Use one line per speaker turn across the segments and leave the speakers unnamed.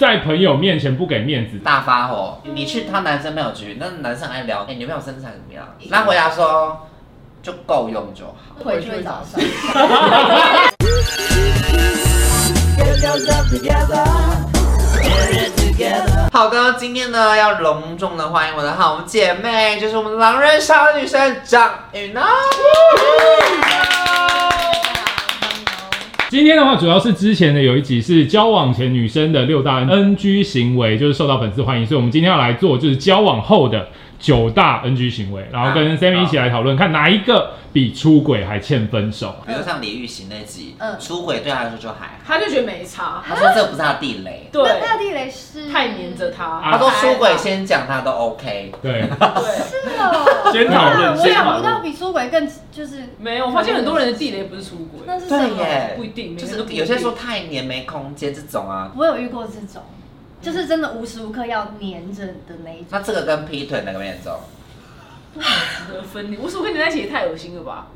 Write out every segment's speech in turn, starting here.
在朋友面前不给面子，
大发火，你去他男生朋友局，那男生爱聊，哎、你女朋友身材怎么样？那回答说就够用就好。
回去会找谁？
好的，今天呢要隆重的欢迎我的好姐妹，就是我们狼人杀的女生张雨娜。
今天的话，主要是之前的有一集是交往前女生的六大 NG 行为，就是受到粉丝欢迎，所以我们今天要来做就是交往后的九大 NG 行为，然后跟
啊
Sammy 一起来讨论，看哪一个比出轨还欠分手。
比如像李玉玺那集，
嗯
出轨对他来说就还好，
他就觉得没差，
他说这不是他的地雷，
那
对，
大地雷是
太黏着他，
他说出轨先讲他都 OK。
对，
对，
是哦
先
讨
那
论
我
先讨
想
论
不到比出轨更就是
没有，我发现很多人的地雷不是出轨，
那是什
对
么？
耶，
啊不一定
就
每个人都不
是
一定
有些说太黏没空间这种啊。
我有遇过这种，就是真的无时无刻要黏着的那一种。
那这个跟劈腿哪个严重？
得分离，无时无刻黏在一起也太恶心了吧？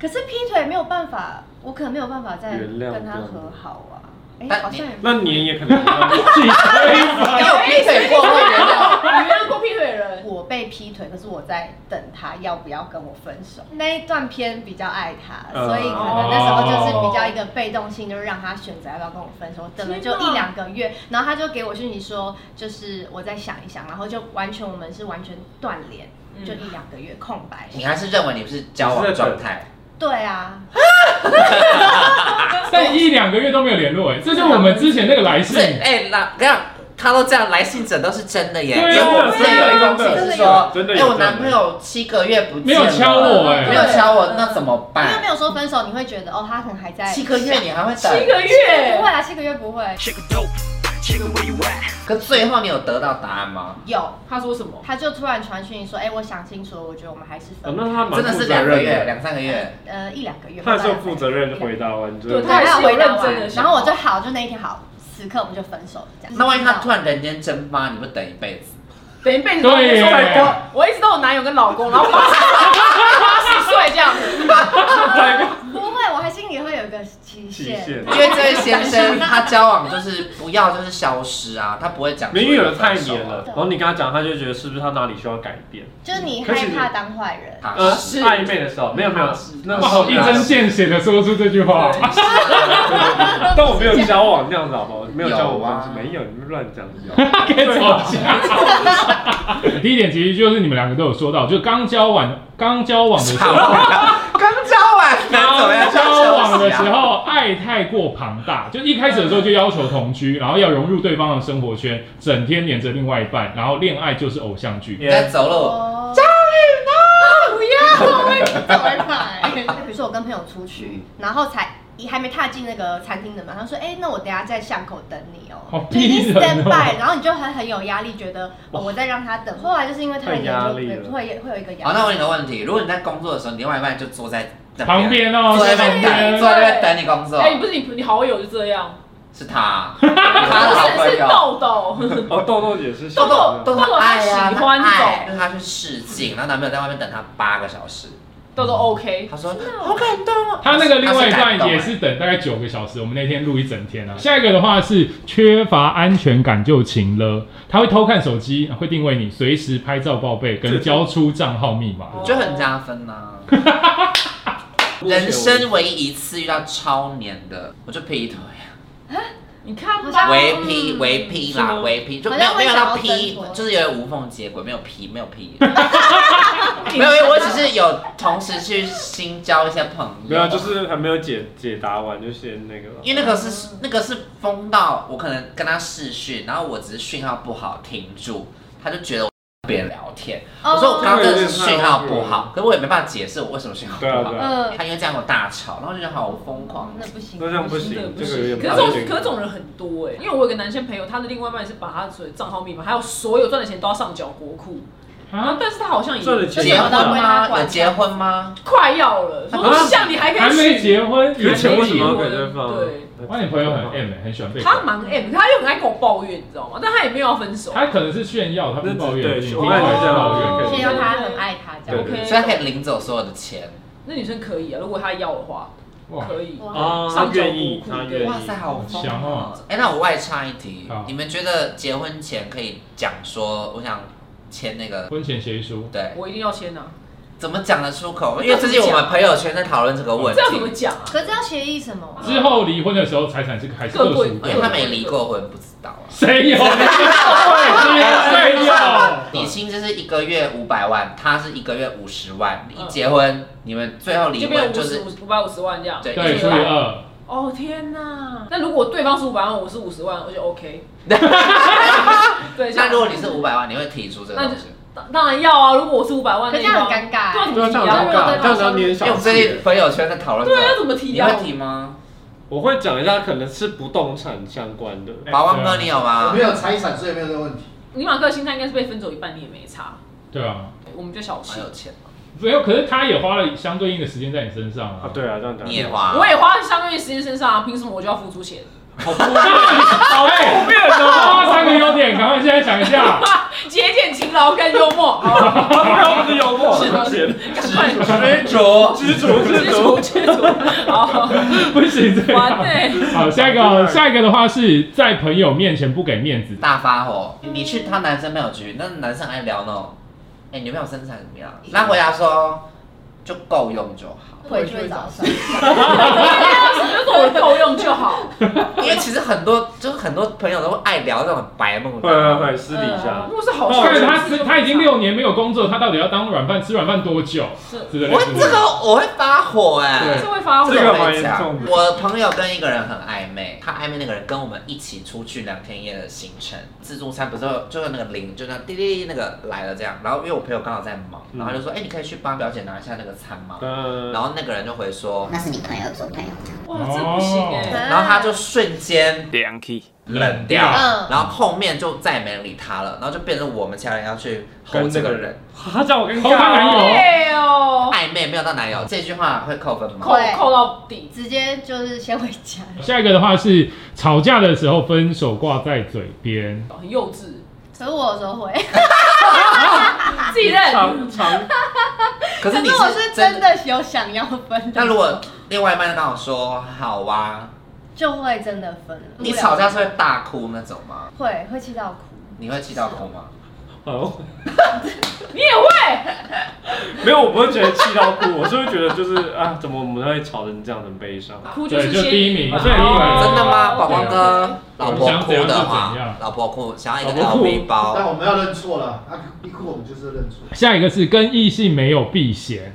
可是劈腿没有办法，我可能没有办法再
原谅
跟他
这样
和好啊。哎、
但
好像也
那年也可能
自己吹吧
你有劈腿过会原谅？
你没有过劈腿的人，
我被劈腿，可是我在等他要不要跟我分手。那一段偏比较爱他，
嗯
所以可能那时候就是比较一个被动性，就是让他选择要不要跟我分手。等了就一两个月，然后他就给我讯息说，就是我再想一想，然后就完全我们是完全断联，
嗯
就一两个月空白。
你还是认为你是交往状态？
对啊，
但一两个月都没有联络，哎，这就是我们之前那个来
不
信
是，，哎，那这样他都这样，来信者都是真的耶。
对啊
因为我之前有一封
真
信
的
是说，
真的有真的
哎，
有
我男朋友七个月不见了
没有敲我哎
没有敲我，
对
那怎么
因为没
办？
有说分手，你会觉得哦，他可能还在
哎七个月你还会
七
等？
个
不会
月，
啊，七个月不会
可最后你有得到答案吗？
有。
他说什么？
他就突然传讯息说：“哎、我想清楚了，我觉得我们还是分。
哦那他蛮
真的
负
是
责
两个月，
任的，
两三个月。
呃，一两个月。”
他是负责任的回答完之后
对，
对，还
他
有
是有
回答
认
完
真的，想
然后我就好，就那一天好，此刻我们就分手这样。
那万一他突
然
然人间蒸发，你不等一辈子？
等一辈子都
对
没
耶
说我，我一直都有男友跟老公，然后八十八十岁这样子，
不会，我还心里会有一个期
期
限。
限
因。为这位先生他交往就是不要就是消失啊，他不会讲。
没因为有的
啊
太黏了，
对
然后你跟他讲，他就觉得是不是他哪里需要改变？
就是你
可是
害
你
怕当坏人，
他
呃，
啊是
暧昧的时候没有没有
是，
那
哇，好一
是啊
针见血的说出这句话，
但我 没有交往那样子好不好？没有交
有啊
往，没有，你们乱讲。
可以吵架。第一点其实就是你们两个都有说到，就刚交往刚交往的时候。
刚交往能怎么样？
交往的时候，爱太过庞大，就一开始的时候就要求同居，然后要融入对方的生活圈，整天黏着另外一半，然后恋爱就是偶像剧。
你在走路，
哦，
不要，
走人买。就比如说我跟朋友出去，然后才一还没踏进那个餐厅的门，他说：“哎，那我等下在巷口等你
好
哦。”就已
逼
经
人
stand
哦
by，然后你就很很有压力，觉得哦我在让他等。后来就是因为太
太压
严
力了
重，会会有一个
好，
压力
那。我问你个问题：如果你在工作的时候，你另外一半就坐在那
旁，边哦，
坐在那
旁
边
边
等，坐在那边等你工作
哎，，你不是你你好友就这样，
是他，他的好
不是
朋
是
友。
豆 豆，
哦，豆豆也是喜
豆
欢的。
豆豆豆爱呀，
豆豆他喜欢
他爱，
这
让他去试镜，然后男朋友在外面等他八个小时，
豆豆 OK，
他说
哦
好感动哦。
他那个另外一半也
他感
是等大概九个小时，我们那天录一整天啊。下一个的话是缺乏安全感就情了，他会偷看手机，会定位你，随时拍照报备，跟交出账号密码。
动欸，就很加分呐。
目前为止
人生唯一一次遇到超黏的，我就劈腿，
你看
好像
吧，
微劈微劈
是
啦，
吗
微劈就
嗯好
没有
像
没有到
会想要挣
劈
脱，
就是有点无缝接轨，没有劈没有 劈。
嗯
没有，因为我只是有同时去新交一些朋友，
没有，就是还没有解解答完就先那个了。
因为那个是那个是封到我可能跟他视讯，然后我只是讯号不好停住，他就觉得我跟别人聊天，
哦
我说我刚刚真的是讯号不好，可是我也没办法解释我为什么讯号不
对啊
好
对，啊，
嗯，
他因为这样跟我大吵，然后我就觉得好疯狂。
那不行，
那这样不行
真的，不
这个有
行，
点
可是这种
不太健
可是这
康
种人很多哎、因为我有个男生朋友，他的另外一半是把他所有账号密码，还有所有赚的钱都要上缴国库，然后
啊，
但是他好像也
赚的钱
结婚
就是我都归他
吗？
管
有结婚吗？
快要了，说像你还可以
啊还没
娶，
结婚，
有钱为什么要给对
对
方？
哇，你朋友很 M，、欸、很喜欢被管。
他蛮 M，可他又很爱跟我抱怨，你知道吗？但他也没有要分手，
他可能是炫耀，他不抱怨，
对
你听
我
他
感觉这样
抱
可
怨
以
炫耀他很爱他这样
对。
所以他可
OK，
以领走所有的钱，
那女生可以啊，如果他要的话，
哇
可以。
哇，
啊，
上
他
脚
愿意
骨，
他
骨
愿
哇
意
塞，。好疯
香
哦
哦！
哎、那我外插一题
好，
你们觉得结婚前可以讲说，我想签那个，
婚前协议书，
对，
我一定要签啊！
怎么讲得出口？因为最近我们朋友圈在讨论这个问
这要怎么
题，
讲啊？
可是要协议什
哦
么？
之后离婚的时候财产是还是
各
各
归
属
因
各
哎为他
的。
没离过婚，不知道啊。
谁有？对，谁
底
嗯
有？
薪就是一个月五百万，他是一个月五十万，
嗯
一结婚你们最后离
就变
婚
五
就
十
是
五五百五十万这样。
对
对，除以啊二。
哦天哪！那如果对方是五百万，我是五十万，我 就 OK。对，这样
那如果你是五百万，你会提出这个东西？
当当然要啊！如果我是五百万，
可这样很尴
尬。
尬
对
欸。
啊，怎么提
对
啊
啊
这样很尴尬
对啊
这样你很
因
小
为我们最近朋友圈在讨论这
对啊，要
个，
怎么提
你
啊？
会提吗？
我会讲一下，可能是不动产相关的。
宝旺哥，你有
我
吗
没？有财产，所以没有这个问题。
尼马克心态应该是被分走一半，你也没差。
对啊，
我们就小
蛮
气，
有钱的，
没有。可是他也花了相对应的时间在你身上
啊
啊，。
对啊，这样讲。
你也花
我，也花相当于时间身上啊，凭什么我就要付出钱？
好敷衍，
好哎，
变
花
哦！
三个优点，赶快现在想一下。
节俭、勤劳跟幽默，好
他 不要我们的幽默，
是的
是
赶快
执着。
知足知
知
足
足。知足，好，
不行，这
完
样。
呢？
好，下一个哦，下一个的话是在朋友面前不给面子。
大发火，你去他男生朋友局，那男生爱聊呢。哎、你女朋友身材怎么样？
嗯
那回答说就够用就好，
回去会早上，
就是我够用就好。
因为其实很多就是很多朋友都会爱聊这种白目
会
的。
会会，私底下。
我是好
哦
但
事，
是他是他已经六年没有工作，他到底要当软饭吃软饭多久？
是
之类的
我这个我会发火哎、
对
是会发火
这。个蛮严重的
我朋友跟一个人很暧昧，他暧昧那个人跟我们一起出去两天一夜的行程，自助餐不是会有就是那个铃，就那滴滴滴那个来了这样。然后因为我朋友刚好在忙，然后他就说：“哎、你可以去帮表姐拿一下那个餐吗？”
嗯
然，后那个人就回说，
那是你朋友做朋友的。
哇，这不行哎。
然后他就瞬间
凉气。
冷掉，
嗯
然后后面就再也没人理他了，然后就变成我们其他人要去吼这个人，
他叫我跟你
偷他男友
对哦，
暧昧没有到男友，这句话会扣分吗？
扣扣到底。
直接就是先回家。
下一个的话是吵架的时候分手挂在嘴边，
很幼稚，
可是我有时候会，
自己认。
常常
可是
可
你
是我是
是
真
真的，
的有想要分的。
那如果另外一半刚好说好啊，
就会真的分了。
你吵架是会大哭那种吗？
会会气到哭，
你会气到哭吗？
好，
你也会，
哦没有，我不会觉得气到哭，我是会觉得就是啊，怎么我们会吵成这样，很悲伤。
哭就
对，
是
就第一名，
先
第一名，
真的吗，
哦
宝宝哥？老婆哭
想怎
的
样就怎
话
样，
老婆哭想要一个
老婆
LV
哭
但
包，
我们要认错了，啊，一哭我们就是认错。
下一个是跟异性没有避嫌，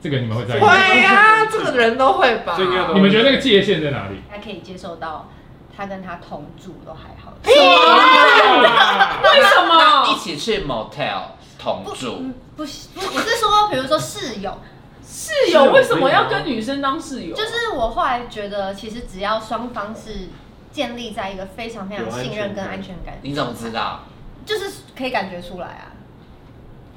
这个你们会在意吗？
会呀，这个人都会吧
这应该
啊
都
你们觉得那个界限在哪 里？
他可以接受到他跟他同住都还好，
那
为什
一
么？
起去 motel 同住，
嗯不是不我是说，比如说室友，
室友为什么要跟女生当室友？
就是我后来觉得，其实只要双方是建立在一个非常非常信任跟安全感，
你怎么知道？
就是可以感觉出来啊，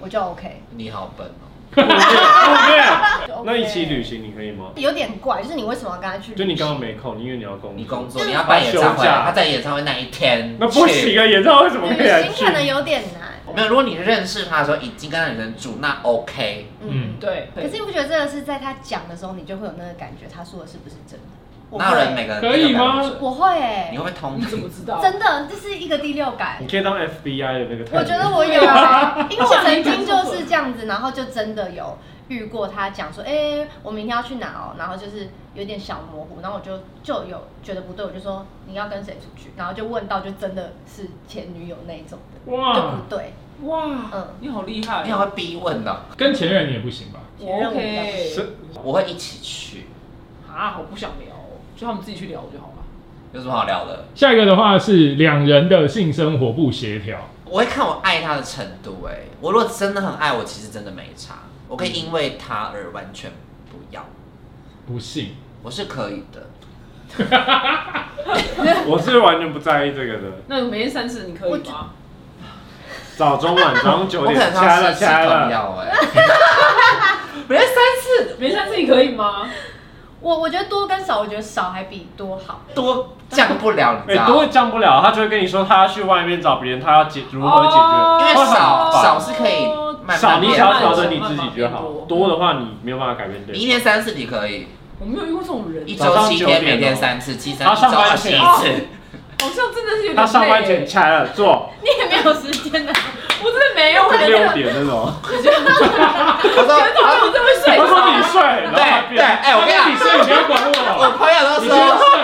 我就 OK，
你好笨哦。
哦对，
就 OK
那一起旅行你可以吗？
有点怪，就是你为什么要跟他去？
就你刚刚。没空，因为你要工作。
你工作，你要办演唱
嗯休
会，
假
他在演唱会那一天
那不行
啊。
啊，演唱会怎么
旅
可以来
行
去
可？能有点难，
没有，如果你认识他的时候已经跟那女生住，那 OK。
嗯
嗯。
对，
可是你不觉得这个是在他讲的时候，你就会有那个感觉，他说的是不是真的？我
那有人每
会，
个人
可以吗
都有感觉
我会哎
你会不，会同
你怎
意
么？知道？
真的，这是一个第六感
你。可以当 FBI 的那个探员。
我觉得我有，欸因为我曾经就是这样子，然后就真的有遇过他讲说，哎、我明天要去哪哦，然后就是有点小模糊，然后我就就有觉得不对，我就说你要跟谁出去，然后就问到就真的是前女友那一种的，就
哇，
不对，
哇
嗯，
你好厉害
你，好会逼问的，
跟前任你也不行吧？
我
是
OK
我会一起去，
啊，好不想聊哦，就他们自己去聊就好了。
有什么好聊的？
下一个的话是两人的性生活不协调，
我会看我爱他的程度、哎，我如果真的很爱我，其实真的没差，我可以因为他而完全不要，
不信。
我是可以的。
我是完全不在意这个的。
那每天三次你可以吗？
早中晚，早上九
我可能
点，掐
要
了
吃吃
掐
朋
了。
友、哎，每天三次，
每天三次你可以吗？
我我觉得多跟少，我觉得少还比多好，
多降不了，你
哎
知，道
都
吗
会？降不了，他就会跟你说他要去外面找别人，他要解如何解
哦
决。
因为少
会很烦
少是可以慢慢
少你
变
只
的
要调整你自己就
慢慢
好，
变多
多的话你没有办法改变对
你一
方。
天三次你可以，
我没有遇过这种人，
一
早
周
上
七
九
天，
点
每天
哦
三次，七三
他
一周
上班
二十
前
一
哦
次。
好像真的是有点
他上班
累
前起来了，坐
你也没有时间呢、啊
我真的没有，我觉
六
得
点那种。哦
我 说
全台湾有这么睡
他
着
说你睡，然后他
对对，
变
哎，我跟你
你
讲，
睡你不要管我，
啊我朋友都
你先
说，
睡。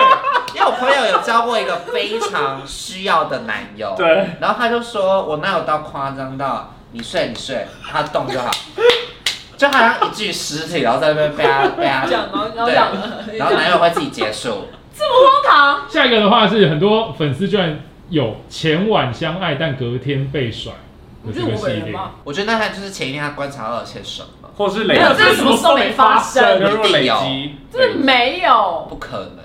因为我朋友有交过一个非常需要的男友，
对，
然后他就说我哪有到夸张到你睡你睡，他动就好，就好像一具尸体，然后在那边被他被他
这样，然后然后
对
这样了，
然后男友会自己结束，
这么荒唐，
下一个的话是很多粉丝居然有前晚相爱，但隔天被甩
我
的
觉
这
得
个
我
系
本人
列。
吧，
我觉得那他就是前一天他观察到了些什么，
或是累
没有这是
积，
什么时候没发生
如果累积，
真的没有，
不可能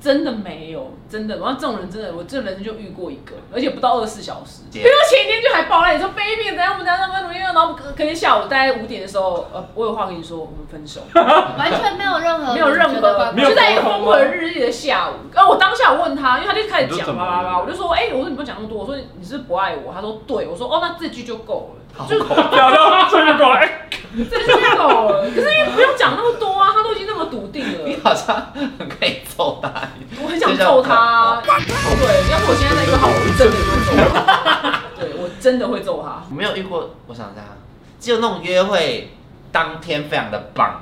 真的没有，真的。然后这种人真的，我这人生就遇过一个，而且不到二十四小时。
结
比如前一天就还爆料，你说 baby 等下我们等下怎么怎么样，然后隔隔天下午大概五点的时候，呃，我有话跟你说，我们分手。
完全没有任何
没有任
觉得怪
何，
怪
没有
就在一个
沟通
风
吗
和日丽的下午。呃，我当下我问他，因为他就开始
你就
讲
怎么
叭叭叭，
了
我就说，哎、我说你不要讲那么多，我说你是不是不爱我？他说对，我说哦，那这句就够了，
好
就
恐怖。
聊到睡就过来，哎
这句就够了。可是因为不用讲那么多啊，他都已经那么笃定
你
了，
好像很可以揍他，
我很想揍他、啊。对，要是我现在在一个好，我真的会揍他。 对，我真的会揍他。
我没有遇过，我想一下，只有那种约会当天非常的棒，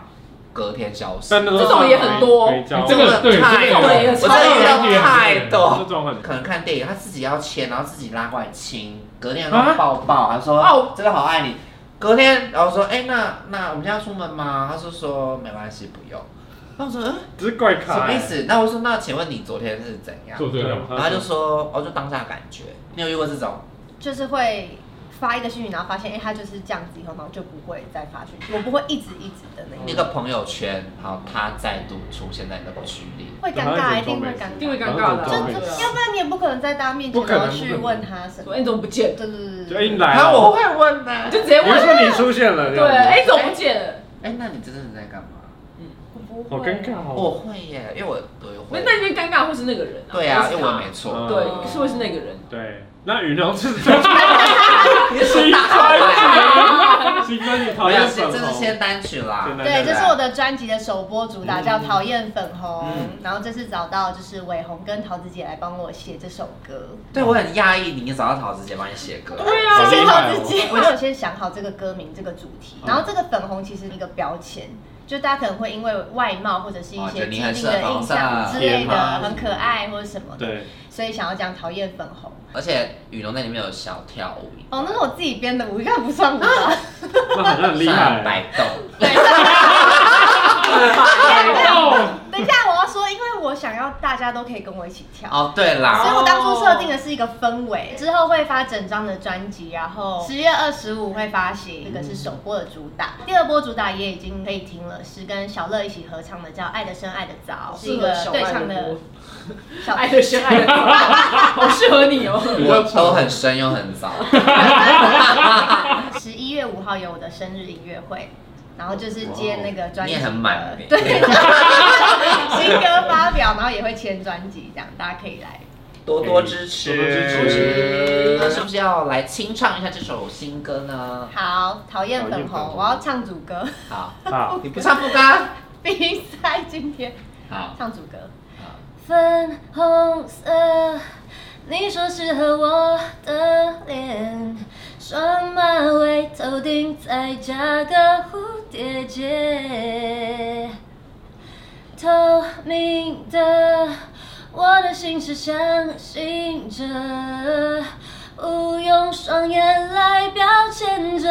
隔天消失。
但那
这种也很多
没交往
这个对，
太
这个
对
有
我真的遇到太
这
多。
种很
可能看电影，他自己要签，然后自己拉过来亲，隔
啊
天然后抱抱，他说：“哦
哦，
真的好爱你。”隔天然后说：“哎、那那我们现在要出门吗？”他是说：“没关系，不用。”那我说：“嗯，
只是怪咖，
什么意？思？”那我说：“那请问你昨天是怎样
做对了。
然后他就说：“哦，就当下感觉。”你有遇过这种？
就是会发一个讯息，然后发现哎、他就是这样子，以后然后就不会再发讯息，我不会一直一直的那
一
种，
个朋友圈，好，他再度出现在你的区里，
会尴
然后
尬，
一
一
直装
定会
没事
尴尬，
一定会尴
然后
尬的
就
就
啊
没
对啊
事
要不然你也不可能在大家面前
不可能
然后去问他什
说
么
哎、，你怎么不见？
对对
就
对
哎
对，
你来
啊，
了，
我会问呢、
你就直接
比如
问。
说你出现了，
对，哎、你怎么不见了？
哎，那你真的在干嘛？
我不会，
好尴尬
我
哦，
会耶，因为我对
那
会。
那边尴尬会是那个人啊？
对啊，
会
因
是哦
为
他
我也没错。
对，是会是那个人。
对，那雨龙是真
你是打好牌，
的，新哥你讨
没有，
厌
是
粉
这啊是
红，
先单曲啦。
对，这是我的专辑的首播主
嗯
打，叫《讨厌粉红》
嗯，
然后这次找到就是伟红跟桃子姐来帮我写这首歌。
对我很讶异，你找到桃子姐帮你写歌。对
好
谢谢
厉害
桃
哦
子姐，我有先想好这个歌名、这个主题，
嗯
然后这个粉红其实是一个标签。就大家可能会因为外貌或者是一
哦觉
些
得
既
你很
定
适合
的
粉
印
红色啊
象之类
天
的
啊，
很可爱或者什么的，
对，
所以想要讲讨厌粉红。
而且雨龙在里面有小跳舞，
哦，那是我自己编的，我应该不算我 吧？
那好像很厉
算
害，
白动。
哦，
等一下我要说，因为我想要大家都可以跟我一起跳。
哦，对啦
所以，我当初设定的是一个氛围，哦之后会发整张的专辑，然后十月二十五会发行，这个是首播的主打，第二波主打也已经可以听了，是跟小乐一起合唱的，叫《爱的深爱的早》， 是一个对唱 的小
爱的深 爱的，好适合你哦。
我都很深又很早。
十一月五号有我的生日音乐会，然后就是接那个专辑
你也
的，
很满欸
对，新歌发表，然后也会签专辑，这样大家可以来。
多多支持，
多多支持
那是不是要来清唱一下这首新歌呢？
好，讨厌
讨
粉
厌粉
红，
红
我要唱主歌，
好，
好，
你不唱不干。
比赛今天
好，
唱主歌。
好
粉红色，你说适合我的脸，双马尾，头顶再加个蝴蝶结，透明的，我的心是相信着。不用双眼来标签着，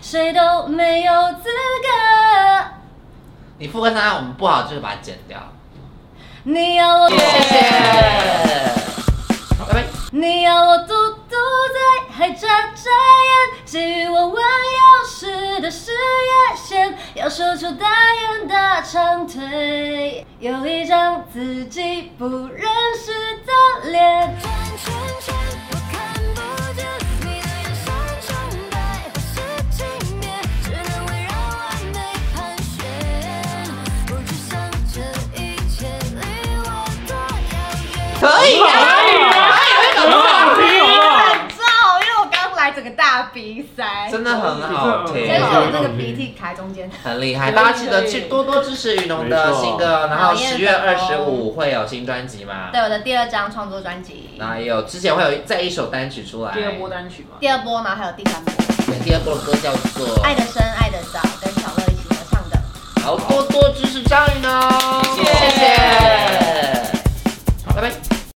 谁都没有资格。
你副歌唱到我们不好，就是把它剪掉。
你要我。
谢谢。拜拜。
你要我独独在，还眨眨眼，给予我玩钥匙的事业线，要说出答案大长腿，有一张自己不认识的脸。
转圈圈，我看不见你的眼神中带不是轻蔑，只能围绕完美盘旋。我只想这一切离我多遥远。
可以啊，
哎呀，
哎，
很好听，好不好？
照，因为我刚来整个大下鼻塞，
真的很好听
真
真
的
是有那个鼻涕卡中间。
很厉害，大家记得去多多支持雨农的新歌，然后十月二十五会有新专辑嘛，
对，我的第二张创作专辑，
然后也有之前会有再一首单曲出来，
第二波单曲嘛。
第二波，然后还有第三波，《
对第二波的歌叫做
爱的深，爱的早》跟《小乐